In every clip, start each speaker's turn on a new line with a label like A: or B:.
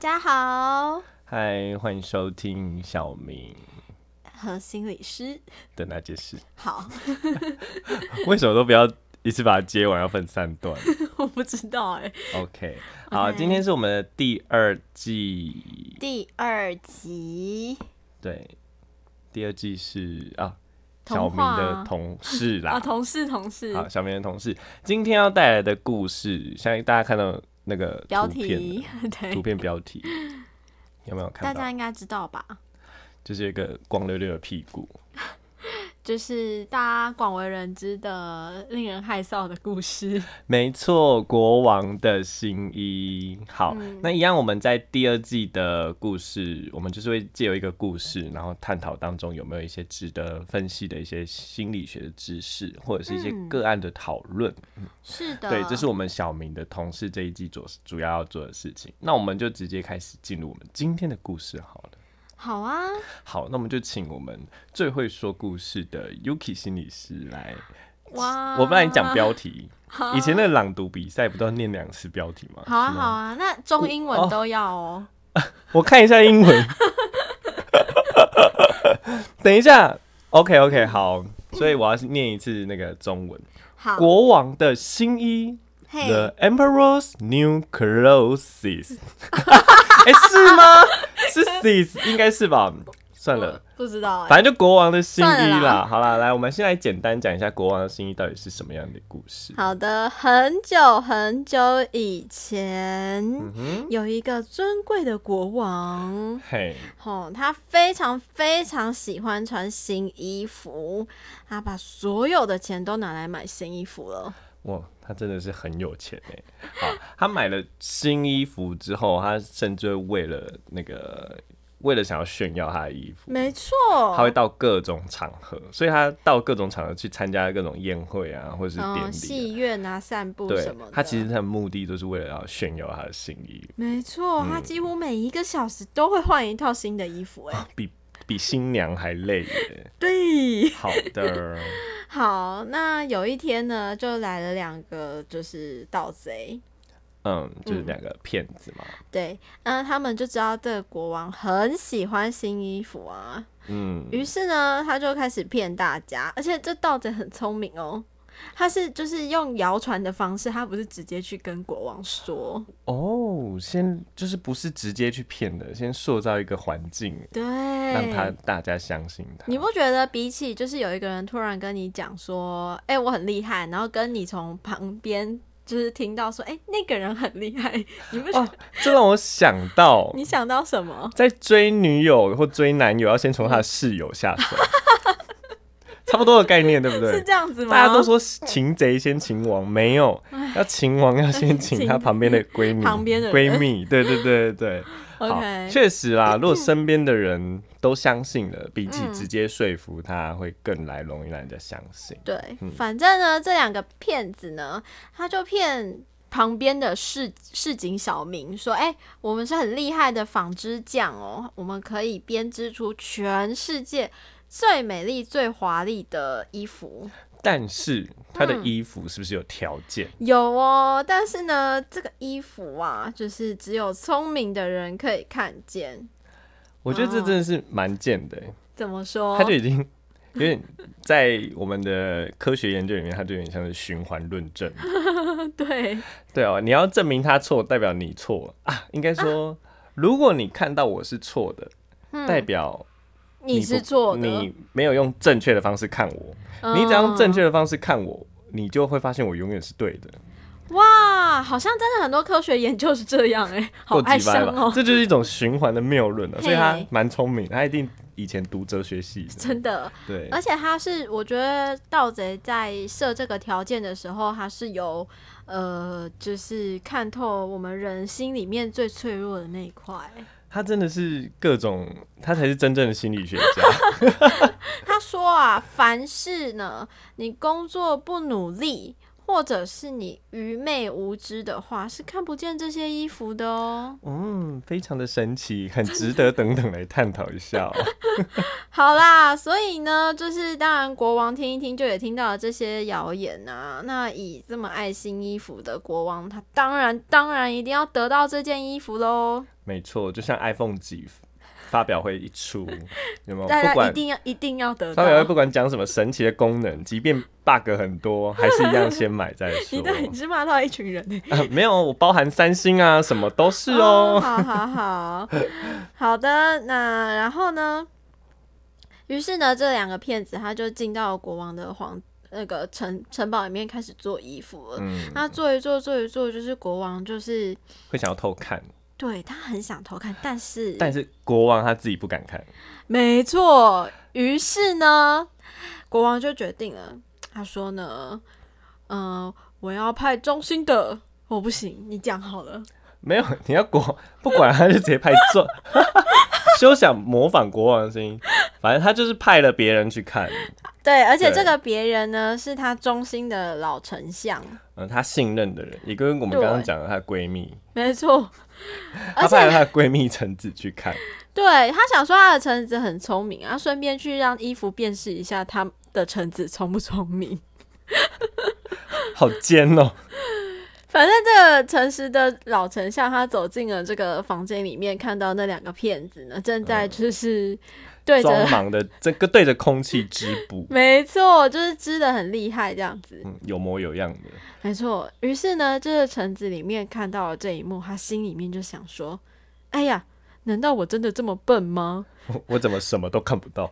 A: 家好，
B: 嗨，欢迎收听小明
A: 和心理师。
B: 的那件事。
A: 好，
B: 为什么都不要一次把它接完，要分三段
A: 我不知道哎、
B: ？OK，好
A: OK
B: 今天是我们的第二季，
A: 第二集
B: 对，第二季是啊，小
A: 童
B: 明
A: 话啊
B: 的同事啦，
A: 啊，同事同事，
B: 好，小明的同事，今天要带来的故事，相信大家看到那个
A: 标
B: 图片
A: 题
B: 了，图
A: 对，
B: 片标题有没有
A: 大
B: 看
A: 家
B: 到？
A: 应该知道吧？
B: 就是一个光溜溜的屁股，
A: 就是大家广为人知的令人害臊的故 事。
B: 没错，国王的新衣。好，那一样，我们在第二季的故事，我们就是会借由一个故事，然后探讨当中有没有一些值得分析的一些心理学的知识，或者是一些
A: 嗯啊
B: 个案的讨论。
A: 是的，
B: 对，这是我们小明的同事这一季主主要要做的事情。那我们就直接开始进入我们今天的故事好了。
A: 好啊，
B: 好，那我们就请我们最会说故事的 Yuki 心理师来，
A: 哇，
B: 我不让你讲标题。以前那朗读比赛不都要念两次标题吗？
A: 好啊
B: 是吗
A: 好啊，那中英文都要哦。
B: 我看一下 英文。等一下，OK OK，好，所以我要念一次那个中文。
A: 好，
B: 国王的新衣
A: 嘿，
B: ，The Emperor's New Clothes 哎、是吗？是 this 应该是吧？算了，
A: 不知道哎、
B: 反正就国王的新衣
A: 算了啦
B: 啦。好啦，来，我们先来简单讲一下国王的新衣到底是什么样的故事。
A: 好的，很久很久以前，
B: 嗯
A: 有一个尊贵的国王
B: 哼，，嘿，
A: 哦，他非常非常喜欢穿新衣服，他把所有的钱都拿来买新衣服了。
B: 哇，他真的是很有钱哎！ 好，他买了新衣服之后，他甚至会为了那个，为了想要炫耀他的衣服，
A: 没错，
B: 嗯他会到各种场合，所以他到各种场合去参加各种宴会啊，或是典
A: 嗯，
B: 礼啊、
A: 戏院啊，散步
B: 对
A: 什么的。，
B: 他其实他的目的都是为了要炫耀他的新衣服，
A: 没
B: 嗯
A: 错，他几乎每一个小时都会换一套新的衣服、 哎，
B: 比比新娘还累 耶。
A: 对。
B: 好的，
A: 好，那有一天呢，就来了两个就是盗贼，
B: 嗯，就是两个骗子嘛，
A: 对，那他们就知道这个国王很喜欢新衣服啊，
B: 嗯，
A: 于是呢，他就开始骗大家，而且这盗贼很聪明哦，他是就是用谣传的方式，他不是直接去跟国王说，
B: 哦，先就是不是直接去骗的，先塑造一个环境。
A: 对，
B: 让他大家相信他。
A: 哎你不觉得比起就是有一个人突然跟你讲说，哎、我很厉害，然后跟你从旁边就是听到说，哎、那个人很厉害，你不觉
B: 哦，这让我想到，
A: 你想到什么？
B: 在追女友或追男友，要先从他的室友 下手，差不多的概念，对不
A: 是
B: 对？
A: 这样子吗？哎
B: 大家都说擒贼先擒王，没有，要擒王要先擒 他旁边的闺蜜，
A: 旁边的人
B: 闺蜜，对对对对。好
A: OK，
B: 确实啦，如果身边的人都相信了，比起
A: 嗯
B: 直接说服他，会更来容易让人家相信。
A: 对，反正呢，这两个骗子呢，他就骗旁边的市市井小民说：“哎、我们是很厉害的纺织匠哦，我们可以编织出全世界最美丽、最华丽的衣服。
B: 但是他的衣服是不是有条件？”
A: 有嗯哦，但是呢，这个衣服啊，就是只有聪明的人可以看见。
B: 我觉得这真的是蛮贱的欸、
A: 怎么说
B: 他？就已经有点在我们的科学研究里面，他就有点像是循环论证。
A: 对，
B: 对哦，你要证明他错，代表你错啊。应该说，如果你看到我是错的，代表
A: 嗯你
B: 不
A: 是错的，
B: 你没有用正确的方式看我，
A: 嗯
B: 你只要用正确的方式看我。你就会发现我永远是对的，
A: 哇，好像真的很多科学研究是这样哎、好
B: 够
A: 爱
B: 鸡掰
A: 伤
B: 了
A: 哦
B: 吧？，这就是一种循环的谬论啊了，所以他
A: 嘿
B: 蛮聪明，他一定以前读哲学系的，
A: 真的。
B: 对，
A: 而且他是，我觉得盗贼在设这个条件的时候，他是有呃，就是看透我们人心里面最脆弱的那一 块。
B: 他真的是各种，他才是真正的心理学家。
A: 他说啊，凡事呢，你工作不努力。或者是你愚昧无知的话，是看不见这些衣服的哦。
B: 嗯，非常的神奇，很值得等等来探讨一下、哦。
A: 好啦，所以呢，就是当然国王听一听就也听到了这些谣言啊。那以这么爱新衣服的国王，他当然当然一定要得到这件衣服喽。
B: 没错，就像 iPhone 几发表会一出，有没有？
A: 大
B: 哦不
A: 家
B: 管
A: 一定要一定要得
B: 发表会
A: 到。
B: 不管讲什么神奇的功能，即便 bug 很多，还是一样先买 再说
A: 你。对你是骂到一群人呢、
B: 啊，没有，我包含三星啊，什么都是哦。
A: 好好好，好的，那然后呢？于是呢，这两个骗子他就进到国王的皇那个城城堡里面开始做衣服了。
B: 嗯，
A: 那做一做做一做，就是国王就是
B: 会想要偷看，
A: 对他很想偷看，但是
B: 但是国王他自己不敢看。
A: 没错，于是呢，国王就决定了，他说呢，嗯、我要派忠心的，我不行，你讲好了。
B: 没有，你要国不管他就直接派做， 休想模仿国王的声音。反正他就是派了别人去看，
A: 对，而且
B: 对
A: 这个别人呢是他忠心的老丞相，
B: 嗯，他信任的人，也跟我们刚刚讲的她的闺蜜，
A: 没错。而
B: 她派
A: 且
B: 了她的闺蜜橙子去看，
A: 对他想说他的臣子很聪明啊，顺便去让衣服辨识一下他的臣子聪不聪明。
B: 好尖哦、
A: 反正这个诚实的老丞相，他走进了这个房间里面，看到那两个骗子呢，正在就是 对着，
B: 嗯装忙的这个对着空气织布，
A: 没错，就是织的很厉害这样子，
B: 嗯，有模有样的。
A: 没错。于是呢，这个橙子里面看到了这一幕，他心里面就想说：“哎呀，难道我真的这么笨吗？
B: 我我怎么什么都看不到？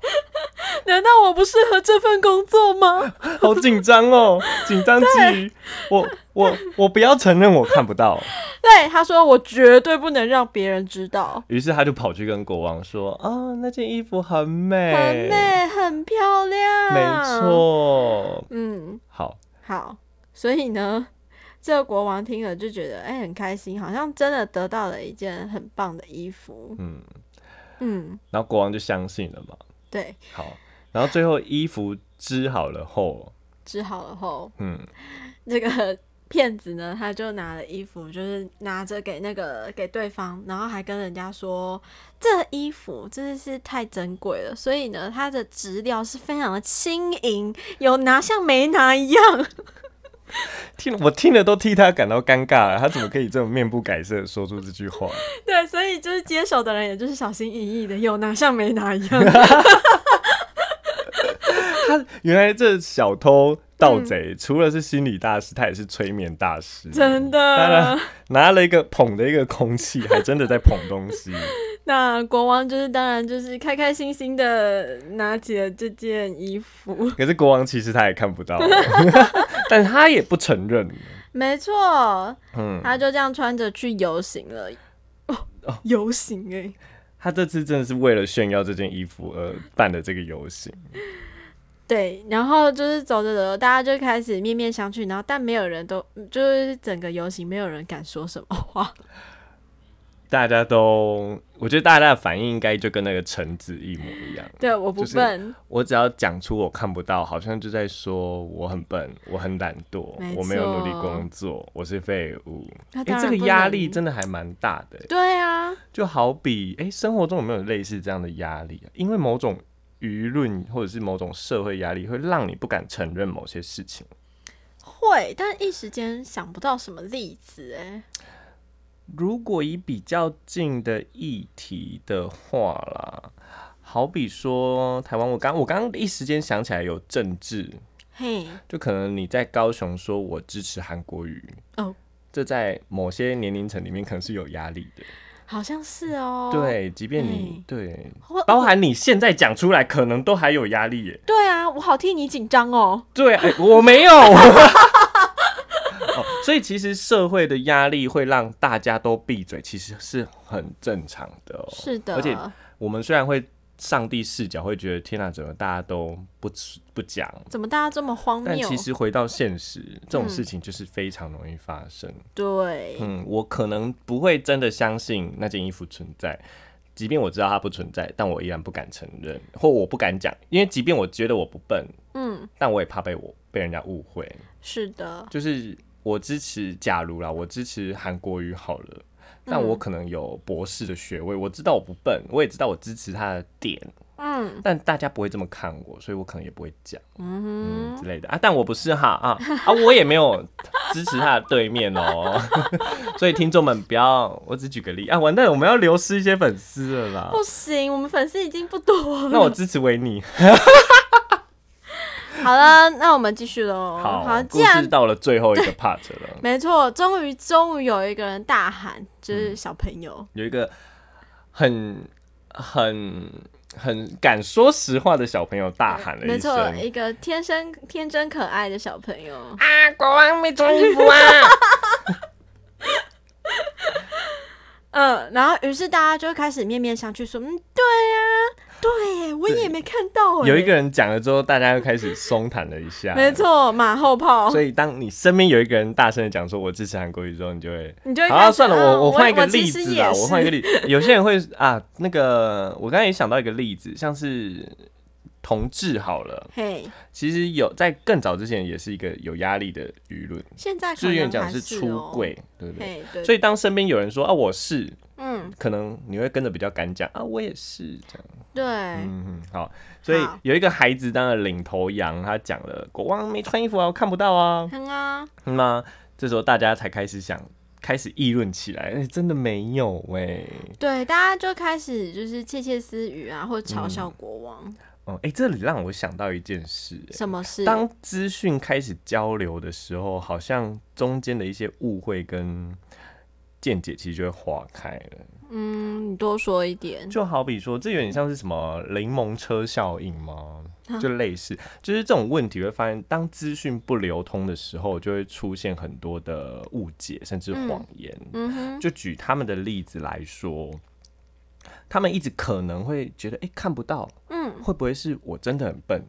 A: 难道我不适合这份工作吗
B: 好紧张哦，紧张之余，我我我不要承认我看不到。？”
A: 对，他说：“我绝对不能让别人知道。”
B: 于是他就跑去跟国王说：“啊，那件衣服很美，
A: 很美，啊很漂亮，
B: 没，错。
A: 嗯。
B: 好，
A: 好，所以呢， 这个国王听了就觉得哎、很开心，好像真的得到了一件很棒的衣服。
B: 嗯，
A: 嗯，
B: 然后国王就相信了嘛。
A: 对，
B: 好，然后最后衣服织好了后，
A: 织好了后，
B: 嗯，
A: 这个骗子呢，他就拿了衣服，就是拿着给那个给对方，然后还跟人家说这衣服真的是太珍贵了，所以呢，它的质料是非常的轻盈，有拿像没拿一样。
B: 听我听了都替他感到尴尬了，他怎么可以这么面不改色地说出这句话？
A: 对，所以就是接手的人，也就是小心翼翼的，有拿像没拿一样。
B: 他原来这小偷盗贼、除了是心理大师，他也是催眠大师，
A: 真的
B: 当然拿了一个捧的一个空气，还真的在捧东西。
A: 那国王就是当然就是开开心心的拿起了这件衣服，
B: 可是国王其实他也看不到，但是他也不承认。
A: 没错，
B: 嗯，
A: 他就这样穿着去游行了。哦，游行哎、
B: 他这次真的是为了炫耀这件衣服而办的这个游行。
A: 对，然后就是走着走着，大家就开始面面相觑，然后但没有人都就是整个游行没有人敢说什么话，
B: 大家都，我觉得大家的反应应该就跟那个橙子一模一样。
A: 对，我不
B: 就是哎
A: 笨，
B: 我只要讲出我看不到，好像就在说我很笨，我很懒惰
A: 没，
B: 我没有努力
A: 错
B: 工作，我是废物。
A: 那
B: 哎、
A: 当
B: 这
A: 然
B: 个
A: 不
B: 压
A: 能
B: 力真的还蛮大的、欸
A: 对啊，
B: 就好比哎、生活中有没有类似这样的压力、啊？因为某种舆论或者是某种社会压力，会让你不敢承认某些事情。
A: 会，但一时间想不到什么例子哎、
B: 如果以比较近的议题的话啦，好比说台湾，我刚我刚一时间想起来有政治，
A: 嘿，
B: 就可能你在高雄说我支持韩国瑜，
A: 哦，
B: 这在某些年龄层里面可能是有压力的。
A: 好像是哦，，
B: 对，即便你、
A: 哎
B: 对，
A: 或
B: 包含你现在讲出来，可能都还有压力耶。
A: 对啊，我好替你紧张哦。
B: 对，哎我没有。哦所以其实社会的压力会让大家都闭嘴，其实是很正常的、哦。
A: 是的，
B: 而且我们虽然会上帝视角，会觉得天哪、怎么大家都不吃不讲，
A: 怎么大家这么荒
B: 但
A: 谬？
B: 其实回到现实，这种事情就是非常容易发生。
A: 对，
B: 嗯，我可能不会真的相信那件衣服存在，即便我知道它不存在，但我依然不敢承认，或我不敢讲，因为即便我觉得我不笨，
A: 嗯，
B: 但我也怕被我被人家误会。
A: 是的，
B: 就是我支持，假如啦，我支持韩国语好了，但我可能有博士的学位，我知道我不笨，我也知道我支持他的点，
A: 嗯
B: 但大家不会这么看我，所以我可能也不会讲，嗯
A: 嗯
B: 之类的啊。但我不是哈啊啊，我也没有支持他的对面哦， 所以听众们不要，我只举个例啊，完蛋了，我们要流失一些粉丝了啦
A: 哼，。不行，我们粉丝已经不多
B: 那我
A: 了。
B: 支持维尼。
A: 好了，那我们继续喽。
B: 好，
A: 哦既
B: 故
A: 然
B: 事到了最后一个 part 了，
A: 没错，终于终于有一个人大喊，就是小朋友，
B: 有一个很很很敢说实话的小朋友大喊了
A: 没
B: 一声
A: 错，一个天生天真可爱的小朋友。
B: 啊，国王没穿衣 服啊！
A: 嗯，然后于是大家就开始面面相觑，说：“嗯，对呀、啊，对耶，我也没看到。”欸
B: 有一个，人讲了之后，大家又开始松坦了一下。
A: 没。错，马后炮，
B: 所以，当你身边有一个人大声的讲说“我支持韩国瑜”之后，你就会，
A: 你就会
B: 好、
A: 开
B: 啊，
A: 始
B: 算了，
A: 嗯
B: 我
A: 我
B: 换一个
A: 我其
B: 例
A: 实
B: 子
A: 也
B: 啊，
A: 是
B: 我换一个例子。有些人会啊，那个我刚才也想到一个例子，像是同志好了，
A: 嘿，
B: 其实有在更早之前也是一个有压力的舆论，
A: 现在可
B: 志
A: 能
B: 愿
A: 哎还
B: 讲
A: 是
B: 是
A: 哦
B: 出，柜，对不对？
A: 嘿，对，
B: 所
A: 以
B: 以当身边有人说啊我是，
A: 嗯，
B: 可能你会跟着比较敢讲啊我也是这样。
A: 对，
B: 嗯嗯，好。所以
A: 哎好
B: 有一个孩子当了领头羊，他讲了国王没穿衣服啊，我看不到啊。
A: 看啊，
B: 那这时候大家才开始想，开始议论起来，哎、真的没有哎喂、
A: 对，大家就开始就是窃窃私语啊，或者嘲笑
B: 嗯
A: 国王，
B: 哦、哎、这里让我想到一件事、哎
A: 什么事？
B: 当资讯开始交流的时候，好像中间的一些误会跟见解其实就会化开了。
A: 嗯，你多说一点，
B: 就好比说，这有点像是什么柠檬车效应吗？
A: 啊
B: 就类似，就是这种问题会发现，当资讯不流通的时候，就会出现很多的误解甚至谎言。
A: 嗯哼，
B: 就举他们的例子来说，他们一直可能会觉得，哎、看不到，
A: 嗯，
B: 会不会是我真的很笨？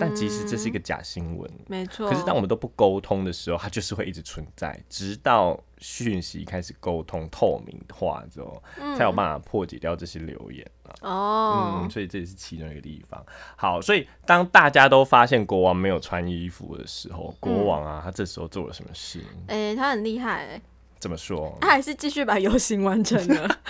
B: 但其实这是一个假新闻。
A: 没错。
B: 可是当我们都不沟通的时候，它就是会一直存在，直到讯息开始沟通透明化之后，才有办法破解掉这些留言啊。
A: 嗯哦，
B: 嗯，所以这也是其中一个地方。好，所以当大家都发现国王没有穿衣服的时候，
A: 嗯
B: 国王啊，他这时候做了什么事？
A: 哎、他很厉害、欸，
B: 怎么说？
A: 他还是继续把游行完成 了，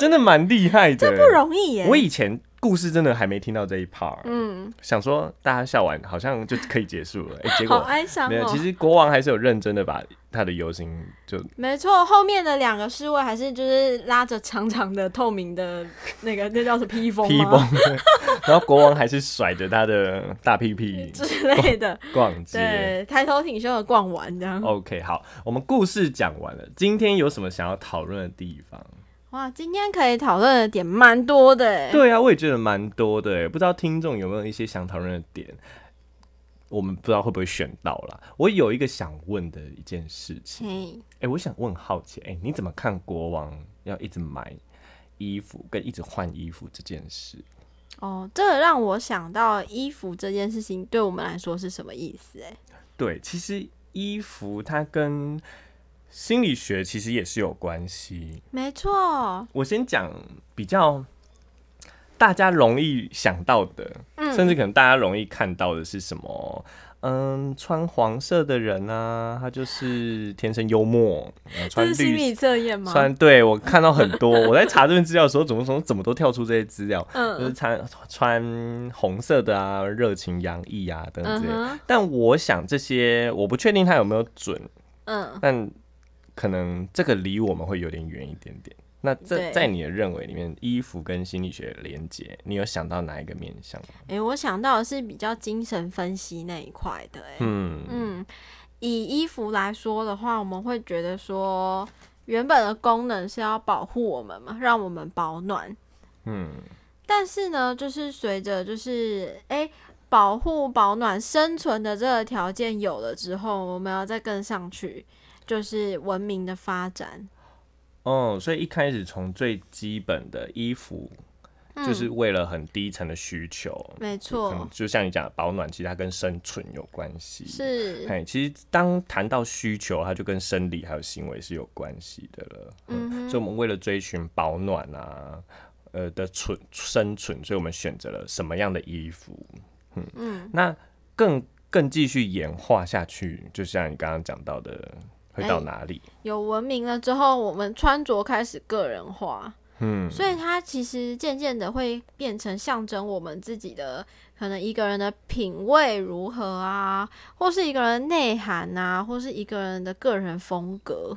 B: 真的蛮厉害的，
A: 不容易耶、
B: 我以前故事真的还没听到这一 part，、
A: 嗯，
B: 想说大家笑完好像就可以结束了，哎、结
A: 好
B: 果
A: 哀伤
B: 没有。
A: 哦
B: 其。实国王还是有认真的把他的游行就
A: 没错，后面的两个侍卫还是就是拉着长长的透明的那个，那叫是披风吗
B: 披风， 然后国王还是甩着他的大 屁屁
A: 之类的，
B: 逛街。
A: 对，抬头挺胸的逛完这样。
B: OK，好，我们故事讲完了，今天有什么想要讨论的地方？
A: 哇，今天可以讨论的点蛮多的哎。
B: 对啊，我也觉得蛮多的哎耶，不知道听众有没有一些想讨论的点，我们不知道会不会选到啦。我有一个想问的一件事情，
A: 嘿，
B: 哎、我想问好奇，哎、你怎么看国王要一直买衣服跟一直换衣服这件事？
A: 哦，这个让我想到衣服这件事情对我们来说是什么意思哎。
B: 对，其实衣服它跟心理学其实也是有关系。
A: 没错，
B: 我先讲比较大家容易想到的，
A: 嗯
B: 甚至可能大家容易看到的是什么？嗯，穿黄色的人啊，他就是天生幽默；呃
A: 这
B: 穿
A: 是心
B: 绿
A: 理测验吗？
B: 穿对我看到很多，我在查这份资料的时候，怎么怎么怎么都跳出这些资料，就是
A: 嗯
B: 穿穿红色的啊，热情洋溢啊等等
A: 嗯
B: 之类的。
A: 哼
B: 但我想这些，我不确定它有没有准，
A: 嗯，
B: 但可能这个离我们会有点远一点点。那这
A: 对
B: 在你的认为里面，衣服跟心理学的连接，你有想到哪一个面向吗？
A: 哎，我想到的是比较精神分析那一块的哎。
B: 嗯，
A: 嗯，以衣服来说的话，我们会觉得说，原本的功能是要保护我们嘛，让我们保暖。
B: 嗯，
A: 但是呢，就是随着就是哎、诶保护、保暖、生存的这个条件有了之后，我们要再更上去，就是文明的发展。
B: 哦，所以一开始从最基本的衣服就是为了很低层的需求。
A: 嗯没
B: 可能
A: 错，
B: 就像你讲的保暖，其实它跟生存有关系。。
A: 是，
B: 哎，其实当谈到需求，它就跟生理还有行为是有关系的了。嗯，所以我们为了追寻保暖啊，呃的存生存，所以我们选择了什么样的衣服？嗯嗯，那更更继续演化下去，就像你刚刚讲到的，会到
A: 哎
B: 哪里？
A: 有文明了之后，我们穿着开始个人化，
B: 嗯，
A: 所以它其实渐渐的会变成象征我们自己的可能一个人的品味如何啊，或是一个人内涵啊，或是一个人的个人风格。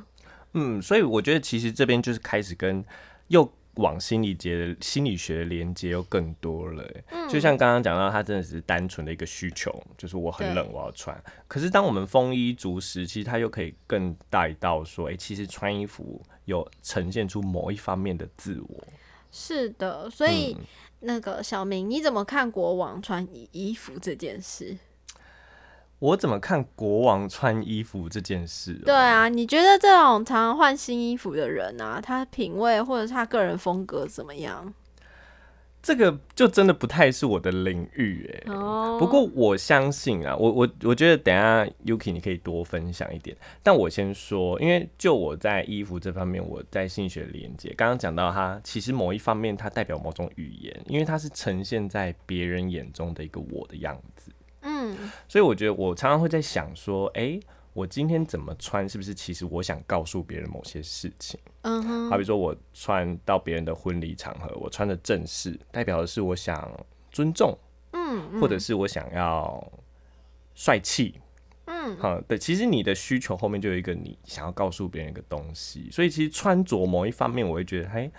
B: 嗯，所以我觉得其实这边就是开始跟又往心理学的心理学的连接又更多了欸、
A: 嗯
B: 就像刚刚讲到，它真的只是单纯的一个需求，就是我很
A: 对
B: 冷，我要穿。可是当我们丰衣足食，其实它又可以更带到说，哎、其实穿衣服有呈现出某一方面的自我。
A: 是的，所以、那个小明，你怎么看国王穿衣衣服这件事？
B: 我怎么看国王穿衣服这件事哦、
A: 对啊，你觉得这种常常换新衣服的人啊，他品味或者是他个人风格怎么样？
B: 这个就真的不太是我的领域、欸，
A: 哦
B: 不过我相信啊，我我我觉得等一下 Yuki 你可以多分享一点，但我先说，因为就我在衣服这方面，我在心理学连接，刚刚讲到它其实某一方面它代表某种语言，因为它是呈现在别人眼中的一个我的样子，
A: 嗯，
B: 所以我觉得我常常会在想说，诶，我今天怎么穿，是不是其实我想告诉别人某些事情？
A: 嗯哼，
B: 好比说我穿到别人的婚礼场合，我穿的正式，代表的是我想尊重，
A: 嗯，
B: 或者是我想要帅气，嗯，好、对，其实你的需求后面就有一个你想要告诉别人一个东西，所以其实穿着某一方面，我会觉得，嘿，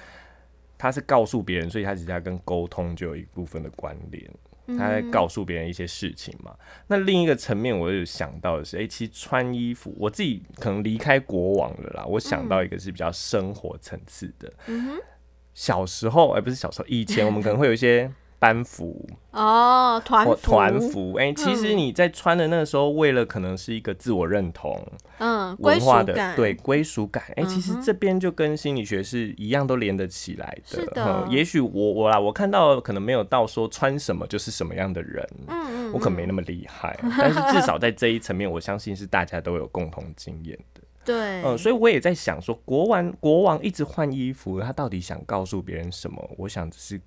B: 他是告诉别人，所以他其实他跟沟通就有一部分的关联。他在告诉别人一些事情嘛。那另一个层面，我有想到的是，诶，其实穿衣服，我自己可能离开国王了啦。我想到一个是比较生活层次的。小时候，哎、不是小时候，以前我们可能会有一些班服
A: 哦，团
B: 或
A: 服，嗯
B: 团服。哎、其实你在穿的那个时候，为了可能是一个自我认同、
A: 嗯，归
B: 文
A: 属
B: 化的
A: 感，嗯
B: 对，归属感。哎、其实这边就跟心理学是一样，都连得起来的。
A: 是的
B: 也许我我啦，我看到可能没有到说穿什么就是什么样的人，
A: 嗯嗯，
B: 我可没那么厉害，啊但是至少在这一层面，我相信是大家都有共同经验的。
A: 对，
B: 嗯，所以我也在想说，国王国王一直换衣服，他到底想告诉别人什么？我想只是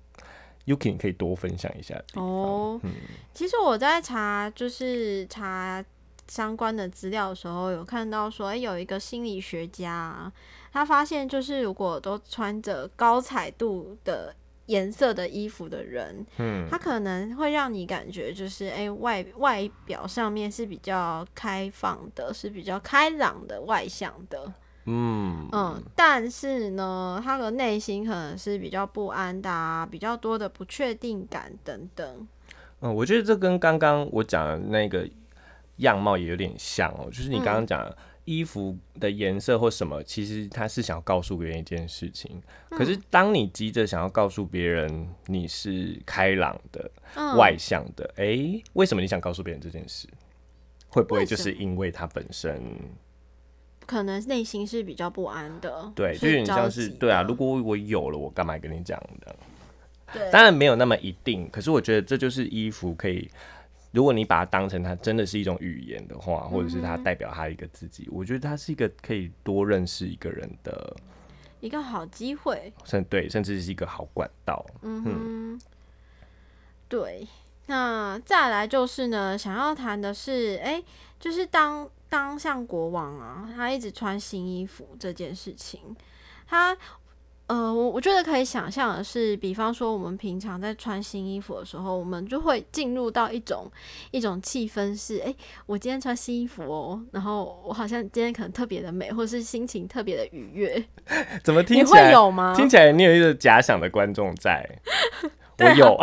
B: Yuki，你可以多分享一下。
A: 哦，
B: 嗯
A: 其实我在查，就是查相关的资料的时候，有看到说，诶有一个心理学家啊、他发现就是如果都穿着高彩度的颜色的衣服的人，
B: 嗯，
A: 他可能会让你感觉就是，诶外外表上面是比较开放的，是比较开朗的、外向的，
B: 嗯，
A: 嗯，但是呢，他的内心可能是比较不安的、啊，比较多的不确定感等等。
B: 嗯，我觉得这跟刚刚我讲的那个样貌也有点像哦，就是你
A: 嗯
B: 刚刚讲的衣服的颜色或什么，其实他是想要告诉别人一件事情。
A: 嗯
B: 可是当你急着想要告诉别人你是开朗的、
A: 嗯，
B: 外向的，诶，为什么你想告诉别人这件事？会不会
A: 为
B: 就
A: 什
B: 是因为他本身
A: 嗯可能内心是比较不安的，
B: 对，
A: 是
B: 就有点像
A: 着
B: 是
A: 急的
B: 对啊，如果我有了，我干嘛跟你讲的？
A: 对
B: 当然没有那么一定，可是我觉得这就是衣服可以，如果你把它当成它真的是一种语言的话，或者是它代表它一个自
A: 嗯
B: 己，我觉得它是一个可以多认识一个人的，
A: 一个好机会，
B: 甚对，甚至是一个好管道。
A: 嗯哼，对。那再来就是呢，想要谈的是，哎、就是当当像国王啊，他一直穿新衣服这件事情，他呃，我我觉得可以想象的是，比方说我们平常在穿新衣服的时候，我们就会进入到一种一种气氛是，哎、我今天穿新衣服哦，然后我好像今天可能特别的美，或是心情特别的愉悦，
B: 怎么
A: 你
B: 听起
A: 会
B: 来？
A: 有吗？
B: 听起来你有一个假想的观众 在，我
A: 对啊
B: 有，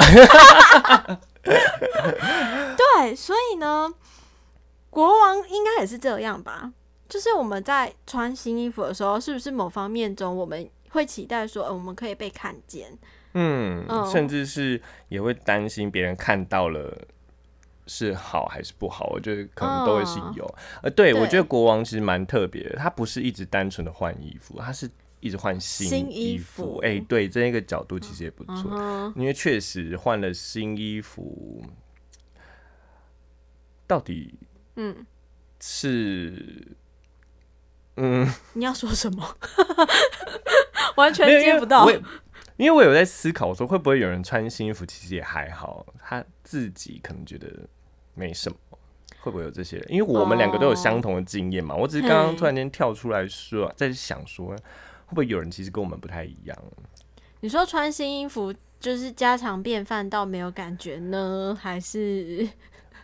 A: 对，所以呢，国王应该也是这样吧？就是我们在穿新衣服的时候，是不是某方面中我们会期待说，呃，我们可以被看见？
B: 嗯，
A: 嗯
B: 甚至是也会担心别人看到了。是好还是不好？我觉得可能都会是有。呃，对
A: 嗯对
B: 我觉得国王其实蛮特别的，他不是一直单纯的换衣服，他是一直换
A: 新衣
B: 衣
A: 服
B: 哎、对，这一个角度其实也不错，
A: 嗯，
B: 因为确实换了新衣服，到底
A: 嗯
B: 是
A: 你要说什么？ 完全
B: 没有因
A: 接
B: 为
A: 不到
B: 我。也因为我有在思考，我说会不会有人穿新衣服，其实也还好，他自己可能觉得没什么，会不会有这些人？因为我们两个都有相同的经验嘛。我只是刚刚突然间跳出来说，在想说，会不会有人其实跟我们不太一样？
A: 你说穿新衣服就是家常便饭到没有感觉呢，还是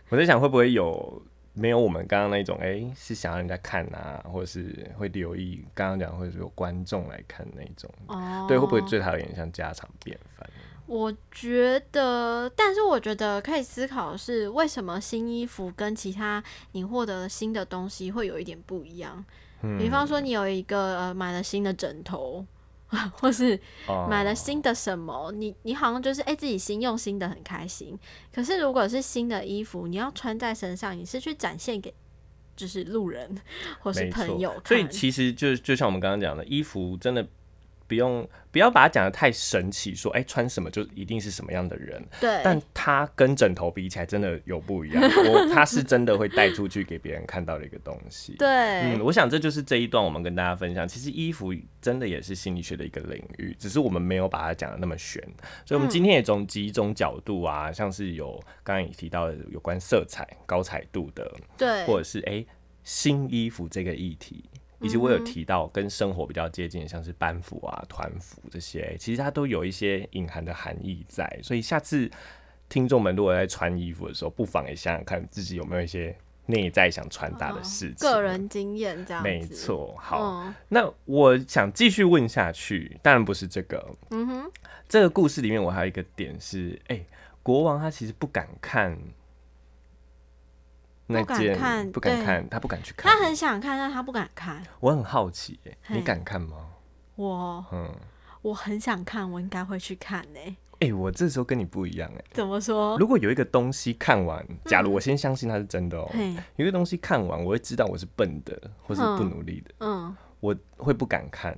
B: 我在想会不会有没有我们刚刚那种，哎、是想让人家看啊，或者是会留意刚刚讲，或者是有观众来看那种，
A: 哦？
B: 对，会不会最讨厌像家常便饭？
A: 我觉得，但是我觉得可以思考的是，为什么新衣服跟其他你获得的新的东西会有一点不一样？
B: 嗯
A: 比方说，你有一个呃买了新的枕头， 或是
B: 哦
A: 买了新的什么，你你好像就是哎、自己新用新的很开心。可是如果是新的衣服，你要穿在身上，你是去展现给就是路人或是
B: 没错，
A: 朋友看，
B: 所以其实就就像我们刚刚讲的，衣服真的不用不要把它讲的太神奇，说哎、穿什么就一定是什么样的人，
A: 对，
B: 但它跟枕头比起来真的有不一样，我它是真的会带出去给别人看到的一个东西。
A: 对，
B: 嗯，我想这就是这一段我们跟大家分享，其实衣服真的也是心理学的一个领域，只是我们没有把它讲的那么玄，所以我
A: 嗯
B: 们今天也从几种角度啊，像是有刚刚也提到的有关色彩、高彩度的，
A: 对，
B: 或者是哎、诶新衣服这个议题，以及
A: 嗯
B: 我有提到跟生活比较接近的，像是班服啊、团服这些，其实它都有一些隐含的含义在。所以下次听众们如果在穿衣服的时候，不妨也想想看自己有没有一些内在想传达的事情。
A: 哦个人经验这样子，
B: 没错，好，
A: 嗯
B: 那我想继续问下去，当然不是这个，
A: 嗯哼，
B: 这个故事里面我还有一个点是，哎、国王他其实不敢看那
A: 不敢
B: 件，
A: 看
B: 不敢
A: 对
B: 看，他不敢去看。
A: 他很想看，但他不敢看。
B: 我很好奇、耶，
A: 嘿
B: 你敢看吗？
A: 我
B: 嗯，
A: 我很想看，我应该会去看呢、
B: 哎、我这时候跟你不一样、哎，
A: 怎么说？
B: 如果有一个东西看完，假如我先相信它是真的哦、
A: 嗯嘿，
B: 有一个东西看完，我会知道我是笨的，或是不
A: 嗯
B: 努力的，
A: 嗯
B: 我会不敢看。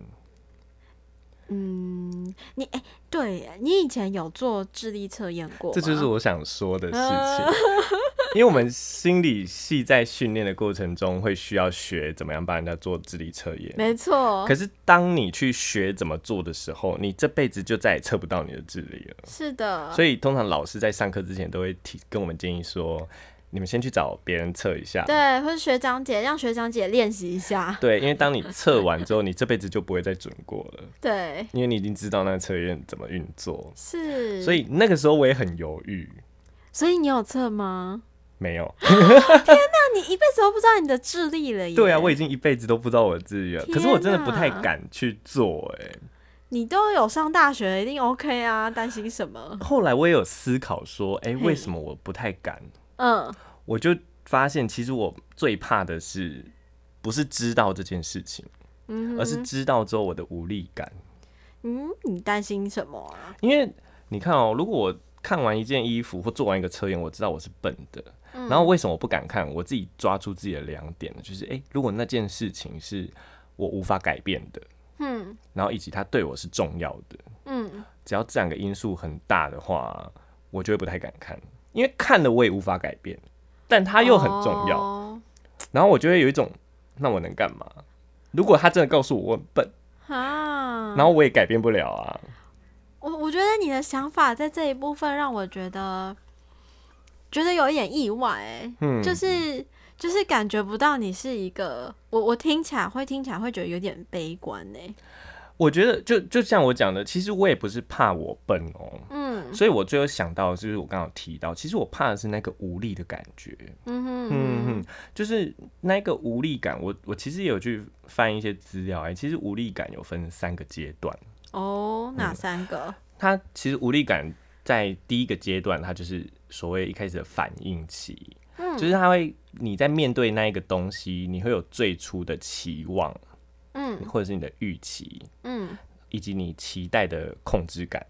A: 嗯，你哎、对耶你以前有做智力测验过吗？
B: 这就是我想说的事情。 因为我们心理系在训练的过程中会需要学怎么样帮人家做智力测验，
A: 没错，
B: 可是当你去学怎么做的时候，你这辈子就再也测不到你的智力了。
A: 是的，
B: 所以通常老师在上课之前都会提跟我们建议说，你们先去找别人测一下。
A: 对，或是学长姐让学长姐练习一下，
B: 对，因为当你测完之后，你这辈子就不会再准过了，
A: 对，
B: 因为你已经知道那个测验怎么运作。
A: 是，
B: 所以那个时候我也很犹豫，
A: 所以你有测吗？
B: 没有，
A: 那你一辈子都不知道你的智力了耶？
B: 对啊，我已经一辈子都不知道我的自己了，可是我真的不太
A: 天哪
B: 敢去做、哎，
A: 你都有上大学，一定 OK 啊，担心什么？
B: 后来我也有思考说，哎、
A: 嘿
B: 为什么我不太敢？
A: 嗯，
B: 我就发现，其实我最怕的是，不是知道这件事情，
A: 嗯
B: 而是知道之后我的无力感。
A: 嗯，你担心什么啊？
B: 因为你看哦，如果我看完一件衣服或做完一个测验，我知道我是笨的，
A: 嗯
B: 然后为什么我不敢看？我自己抓住自己的两点，就是诶，如果那件事情是我无法改变的，
A: 嗯
B: 然后以及它对我是重要的，
A: 嗯，
B: 只要这两个因素很大的话，我就会不太敢看，因为看了我也无法改变，但它又很重要，
A: 哦
B: 然后我就会有一种，那我能干嘛？如果他真的告诉我我很笨，
A: 啊。
B: 然后我也改变不了啊，
A: 我我觉得你的想法在这一部分让我觉得觉得有一点意外、欸，
B: 嗯，
A: 就是就是感觉不到你是一个我我听起来会听起来会觉得有点悲观呢、欸
B: 我觉得就就像我讲的，其实我也不是怕我笨哦，
A: 嗯
B: 所以我最后想到的就是我刚刚有提到，其实我怕的是那个无力的感觉，
A: 嗯哼
B: 嗯哼，就是那个无力感，我我其实也有去翻一些资料，哎，其实无力感有分三个阶段，
A: 哦，哪三个？
B: 它其实无力感在第一个阶段，它就是所谓一开始的反应期，
A: 嗯
B: 就是它会你在面对那一个东西，你会有最初的期望，
A: 嗯
B: 或者是你的预期，
A: 嗯
B: 以及你期待的控制感。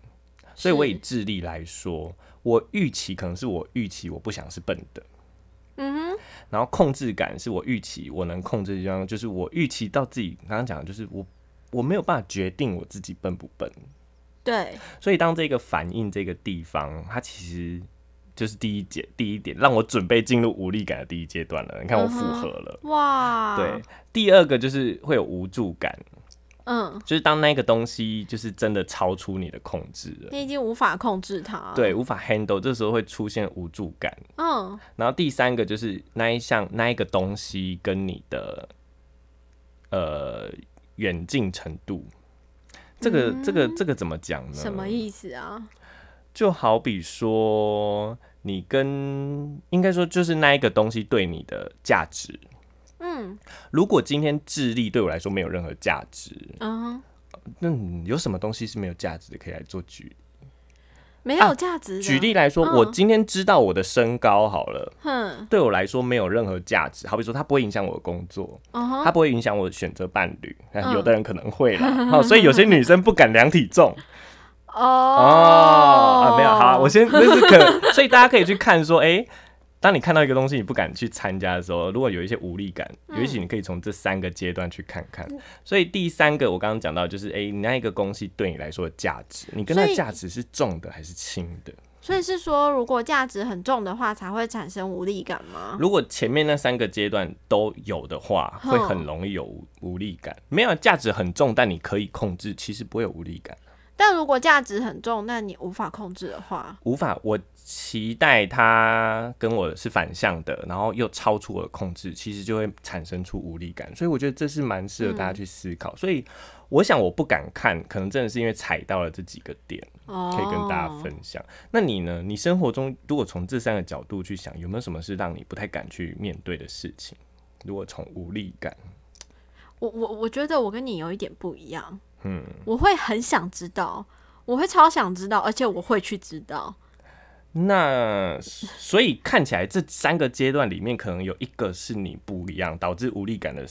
B: 所以我以智力来说，我预期可能是我预期我不想是笨的，
A: 嗯哼
B: 然后控制感是我预期我能控制的地方，就是我预期到自己刚刚讲的，就是我我没有办法决定我自己笨不笨，
A: 对，
B: 所以当这个反应这个地方，它其实就是第一节第一点，让我准备进入无力感的第一阶段了。你看我
A: 嗯啊
B: 复
A: 哼
B: 合了。
A: 哇，
B: 对，，第二个就是会有无助感，
A: 嗯，
B: 就是当那个东西就是真的超出你的控制了，
A: 你已经无法控制它，，
B: 对，无法 handle，这时候会出现无助感。
A: 嗯，
B: 然后第三个就是那一项那一个东西跟你的呃远近程度，这个、这个这个怎么讲呢？
A: 什么意思啊？
B: 就好比说你跟应该说就是那一个东西对你的价值。
A: 嗯
B: 如果今天智力对我来说没有任何价值，
A: 嗯，
B: 那你有什么东西是没有价值的？可以来做举
A: 没
B: 啊
A: 有价值、
B: 举，例来说，我
A: 嗯
B: 今天知道我的身高好了，
A: 哼，
B: 对我来说没有任何价值。好比说，它不会影响我的工作，
A: 嗯哼，
B: 它不会影响我选择伴侣，
A: 嗯
B: 有的人可能会啦。好，所以有些女生不敢量体重
A: 哦
B: 哦啊，没有，好啊，我先那 是可，所以大家可以去看说，哎、当你看到一个东西你不敢去参加的时候，如果有一些无力感，
A: 嗯
B: 也许你可以从这三个阶段去看看。所以第三个我刚刚讲到就是，哎、你那一个东西对你来说的价值，你跟它
A: 所以
B: 价值是重的还是轻的？
A: 所以是说，如果价值很重的话，才会产生无力感吗？
B: 如果前面那三个阶段都有的话，
A: 哼
B: 会很容易有无无力感。没有价值很重，但你可以控制，其实不会有无力感。
A: 但如果价值很重，那你无法控制的话，
B: 无法，我期待它跟我是反向的，然后又超出我的控制，其实就会产生出无力感。所以我觉得这是蛮适合大家去思考。所以我想我不敢看，可能真的是因为踩到了这几个点，
A: 哦，
B: 可以跟大家分享。那你呢？你生活中如果从这三个角度去想，有没有什么是让你不太敢去面对的事情？如果从无力感，
A: 我我我觉得我跟你有一点不一样，嗯，我会很想知道，我会超想知道，而且我会去知道，
B: 那所以看起来这三个阶段里面，可能有一个是你不一样，导致无力感的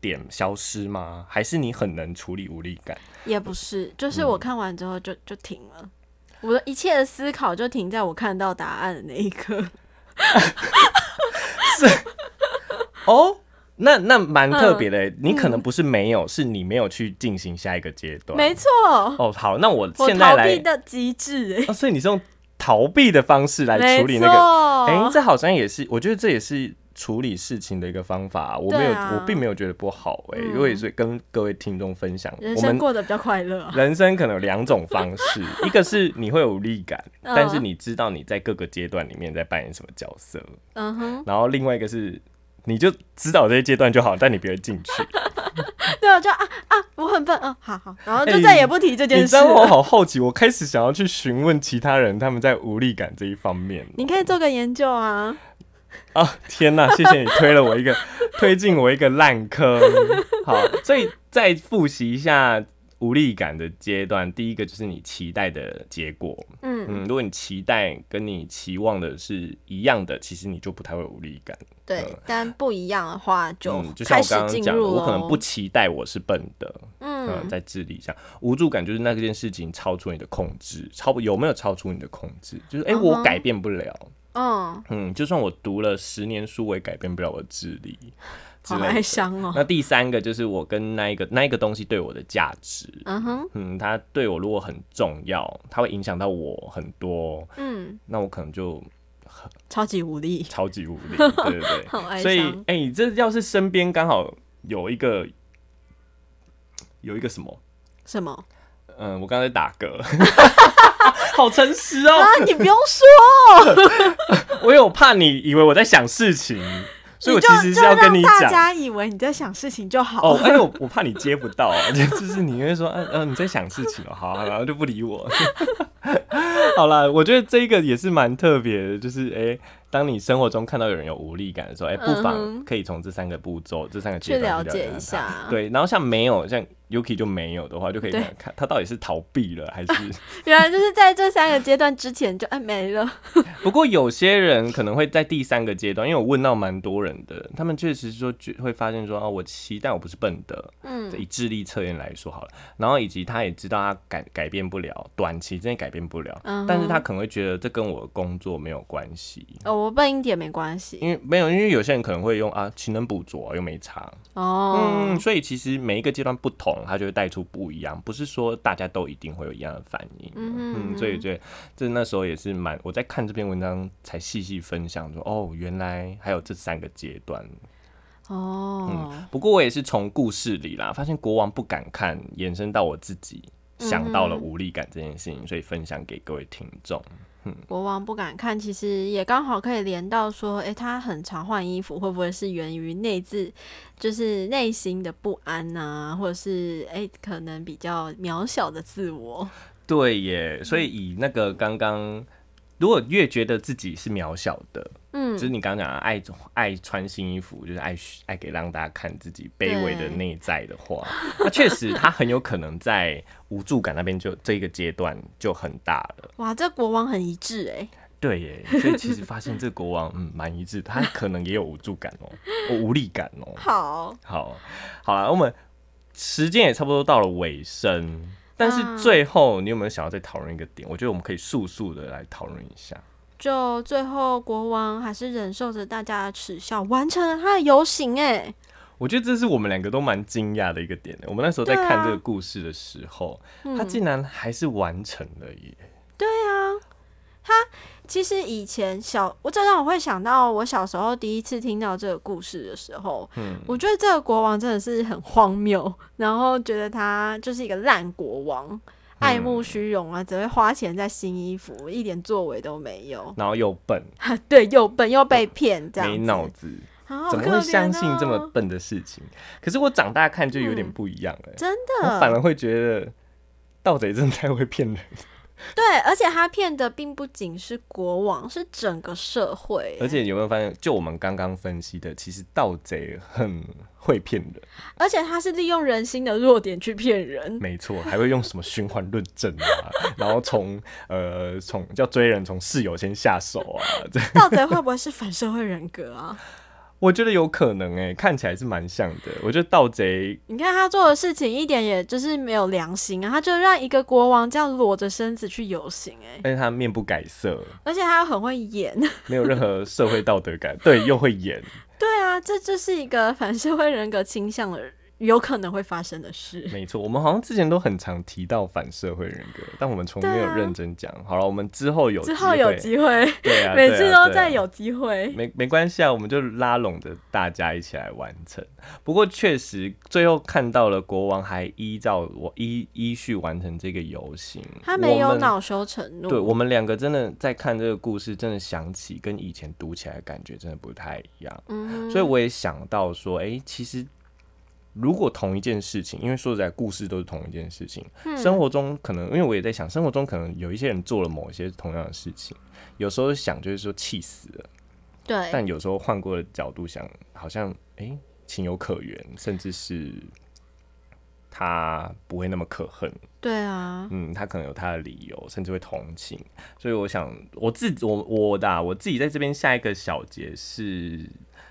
B: 点消失吗？还是你很能处理无力感？
A: 也不是，就是我看完之后就、就停了，我的一切的思考就停在我看到答案的那一刻，
B: 啊哦，那那蛮
A: 嗯
B: 特别的欸、你可能不是没有，是你没有去进行下一个阶段。
A: 没错，
B: 哦，好，那我
A: 我
B: 现在
A: 逃避
B: 来，
A: 的极致、欸，
B: 哦、所以你是用逃避的方式来处理那个。
A: 个
B: 哎、这好像也是，我觉得这也是。处理事情的一个方法、我没
A: 对
B: 有，
A: 啊
B: 我并没有觉得不好哎、
A: 嗯
B: 我也是跟各位听众分享，
A: 人
B: 我们
A: 生过得比较快乐 啊、
B: 人生可能有两种方式， 一个是你会有无力感，
A: 嗯
B: 但是你知道你在各个阶段里面在扮演什么角色，
A: 嗯哼，
B: 然后另外一个是你就知道这些阶段就好，但你不会进去。
A: 对啊，就啊啊，我很笨，嗯，好好，然后就
B: 哎
A: 再也啊不提这
B: 你
A: 件
B: 知
A: 事
B: 道我
A: 了。
B: 好好奇，我开始想要去询问其他人他们在无力感这一方面
A: 你可以做个研究啊，
B: 啊！天哪，谢谢你推了我一个，推进我一个烂坑。好，所以再复习一下无力感的阶段，第一个就是你期待的结果，
A: 嗯，
B: 嗯，如果你期待跟你期望的是一样的，其实你就不太会有无力感。
A: 对，但不一样的话就
B: 嗯，就像
A: 开
B: 我
A: 始
B: 刚刚
A: 进
B: 讲，的，
A: 入
B: 我可能
A: 咯
B: 不，期待我是笨的，嗯，
A: 嗯，
B: 在智力上，无助感就是那件事情超出你的控制，超有没有超出你的控制？就是哎、诶
A: 嗯
B: 我
A: 哼
B: 改变不了，
A: 嗯，
B: 嗯，就算我读了十年书，我也改变不了我的智力之
A: 好
B: 类
A: 哀
B: 的。
A: 伤哦。
B: 那第三个就是我跟那一个那一个东西对我的价值，
A: 嗯哼，
B: 嗯，它对我如果很重要，它会影响到我很多，
A: 嗯，
B: 那我可能就
A: 超级无力，
B: 超级无 力，对对对。
A: 好哀
B: 所以，
A: 伤。
B: 哎、你这要是身边刚好有一个有一个什么，
A: 什么
B: 嗯，我刚才打嗝， 好诚实哦，
A: 啊？你不用说，
B: 我有怕你以为我在想事情， 所以我
A: 你
B: 其
A: 就
B: 实是
A: 就
B: 要
A: 让
B: 跟你
A: 大
B: 讲。
A: 家以为你在想事情就好
B: 哦，
A: 了。
B: 哎呦，我怕你接不到，啊 就是你会说，嗯、嗯、你在想事情哦，好啊，然后就不理我。 好啦，我觉得这个也是蛮特别的，就是哎、当你生活中看到有人有无力感的时候，哎、不
A: 嗯哼
B: 妨可以从这三个步骤、这三个阶
A: 去
B: 段
A: 了
B: 去
A: 解
B: 他
A: 一下
B: 对，然后像没有，像 Yuki 就没有的话，就可以
A: 啊对
B: 看看他到底是逃避了还 是。
A: 原来就是在这三个阶段之前就哎没了。
B: 不过有些人可能会在第三个阶段，因为我问到蛮多人的，他们确实说觉会发现说啊，我期待我不是笨的，
A: 嗯
B: 以智力测验来说好了，然后以及他也知道他改改变不了，短期之内改变不了，
A: 嗯哼
B: 但是他可能会觉得这跟我的工作没有关系，
A: 哦，我笨一点没关系
B: 因为没有，因为有些人可能会用啊，勤能补拙、啊、又没差，
A: 哦
B: 嗯，。所以其实每一个阶段不同，它就会带出不一样，不是说大家都一定会有一样的反应。
A: 嗯
B: 嗯，所以这这那时候也是蛮，我在看这篇文章才细细分享说，哦，原来还有这三个阶段。
A: 哦，
B: 不过我也是从故事里啦，发现国王不敢看，延伸到我自己想到
A: 嗯
B: 了无力感这件事情，所以分享给各位听众。
A: 国王不敢看，其实也刚好可以连到说，诶、他很常换衣服，会不会是源于内自，就是内心的不安呐、或者是诶、可能比较渺小的自我？
B: 对耶，所以以那个刚刚，如果越觉得自己是渺小的，
A: 嗯
B: 就是你刚刚讲的爱爱穿新衣服，就是爱爱给让大家看自己卑微的内在的话，那确实他很有可能在无助感那边就这个阶段就很大了。
A: 哇，这国王很一致诶、
B: 对耶，所以其实发现这国王嗯蛮一致的，他可能也有无助感 哦，哦无力感哦。
A: 好，
B: 好，好了，我们时间也差不多到了尾声，但
A: 嗯
B: 是最后你有没有想要再讨论一个点？我觉得我们可以速速的来讨论一下。
A: 就最后国王还是忍受着大家的耻笑，完成了他的游行诶、
B: 我觉得这是我们两个都蛮惊讶的一个点。我们那时候在
A: 对啊嗯
B: 看这个故事的时候，他竟然还是完成了耶！
A: 其实以前小，我这让我会想到我小时候第一次听到这个故事的时候，
B: 嗯
A: 我觉得这个国王真的是很荒谬，然后觉得他就是一个烂国
B: 嗯
A: 王，爱慕虚荣啊，只会花钱在新衣服，一点作为都没有，
B: 然后又笨，
A: 对，又笨又被骗，这样
B: 没
A: 子
B: 脑子，
A: 好
B: 怎么
A: 可
B: 会
A: 怜
B: 相信这么
A: 哦嗯
B: 笨的事情？可是我长大看就有点不一样了、
A: 真
B: 我反
A: 的？
B: 而会觉得盗贼真的太会骗人，
A: 对，而且他骗的并不仅是国王，是整个社会，
B: 而且有没有发现，就我们刚刚分析的，其实盗贼很会骗人，
A: 而且他是利用人心的弱点去骗 人，
B: 没错，还会用什么循环论证啊，然后从呃从叫追人从室友先下手啊，这
A: 盗贼会不会是反社会人格啊？
B: 我觉得有可能哎、看起来是蛮像的。我觉得盗贼
A: 你看他做的事情一点也就是没有良心啊！他就让一个国王这样裸着身子去游行、欸，
B: 但是他面不改色，
A: 而且他很会演。
B: 没有任何社会道德感， 对，又会演。
A: 对啊，这就是一个反社会人格倾向的人有可能会发生的事。
B: 没错，我们好像之前都很常提到反社会人格，但我们从没有
A: 对啊
B: 认真讲。好了，我们之后有
A: 之
B: 机
A: 后有
B: 会
A: 机会，
B: 对啊，
A: 每
B: 对啊
A: 次都
B: 对啊
A: 在有机会。
B: 没没关系啊，我们就拉拢着大家一起来完成。不过确实，最后看到了国王还依照我依依序完成这个游行，
A: 他没
B: 我
A: 有
B: 们。
A: 恼羞成怒。
B: 对我们两个真的在看这个故事，真的想起跟以前读起来的感觉真的不太一样，
A: 嗯
B: 所以我也想到说，哎、其实如果同一件事情，因为说实在，故事都是同一件事情，
A: 嗯
B: 生活中可能，因为我也在想，生活中可能有一些人做了某一些同样的事情，有时候想就是说气死了，
A: 对，
B: 但有时候换过的角度想，好像哎、诶情有可原，甚至是他不会那么可恨。
A: 对啊，
B: 嗯，他可能有他的理由，甚至会同情。所以我想，我自己我我的啊、我自己在这边下一个小节是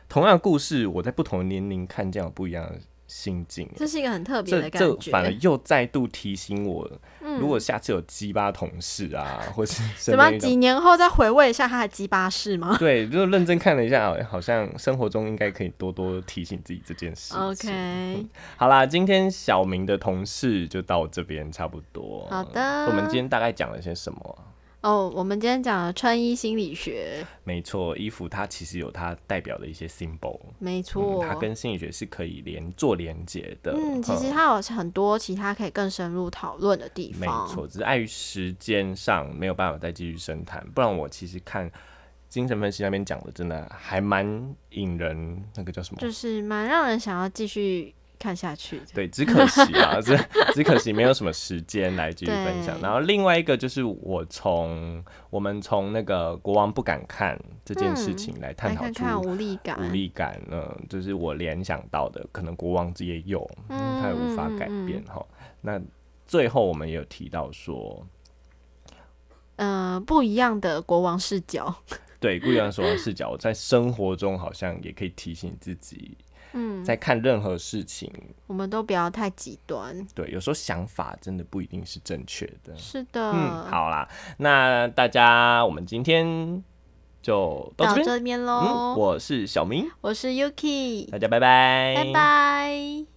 B: 同样的故事，我在不同的年龄看见有不一样的心境。
A: 这是一个很特别
B: 这
A: 的
B: 这
A: 感觉。嗯
B: 反而又再度提醒我，如果下次有鸡巴同事啊，或是身
A: 怎么
B: 边遇到
A: 几年后再回味一下他的鸡巴事 吗
B: 对，就认真看了一下，好好像生活中应该可以多多提醒自己这件事情。
A: ？OK，
B: 好啦，今天小明的同事就到这边差不多。
A: 好的
B: 我们今天大概讲了些什么啊？
A: 哦，我们今天讲了穿衣心理学，
B: 没错，衣服它其实有它代表的一些 symbol，、
A: 没
B: 嗯、
A: 错，
B: 它跟心理学是可以连做连接的。
A: 嗯，其实它有很多其他可以更深入讨论的地
B: 没
A: 方。
B: 错，只是碍于时间上没有办法再继续深谈，不然我其实看精神分析那边讲的，真的还蛮引人那个叫什么？
A: 就是蛮让人想要继续看下去的。
B: 对，只可惜啊， 只只可惜没有什么时间来继续分享。
A: 对
B: 然后另外一个就是我从我们从那个国王不敢看这件事
A: 嗯
B: 情来探
A: 来
B: 讨
A: 看
B: 出
A: 看无力感，
B: 无力感，嗯、就是我联想到的，可能国王也有，嗯、他也无法改变哈、那最后我们也有提到说，
A: 呃，不一样的国王视角。
B: 对顾阳所的视角，在生活中好像也可以提醒自己，
A: 嗯，
B: 在看任何事情，
A: 我们都不要太极端。
B: 对，有时候想法真的不一定是正确的。嗯
A: 是的，
B: 嗯，好啦，那大家我们今天就到
A: 到
B: 这边。嗯
A: 这边喽、
B: 嗯，我是小明，
A: 我是 Yuki，
B: 大家拜拜，
A: 拜拜。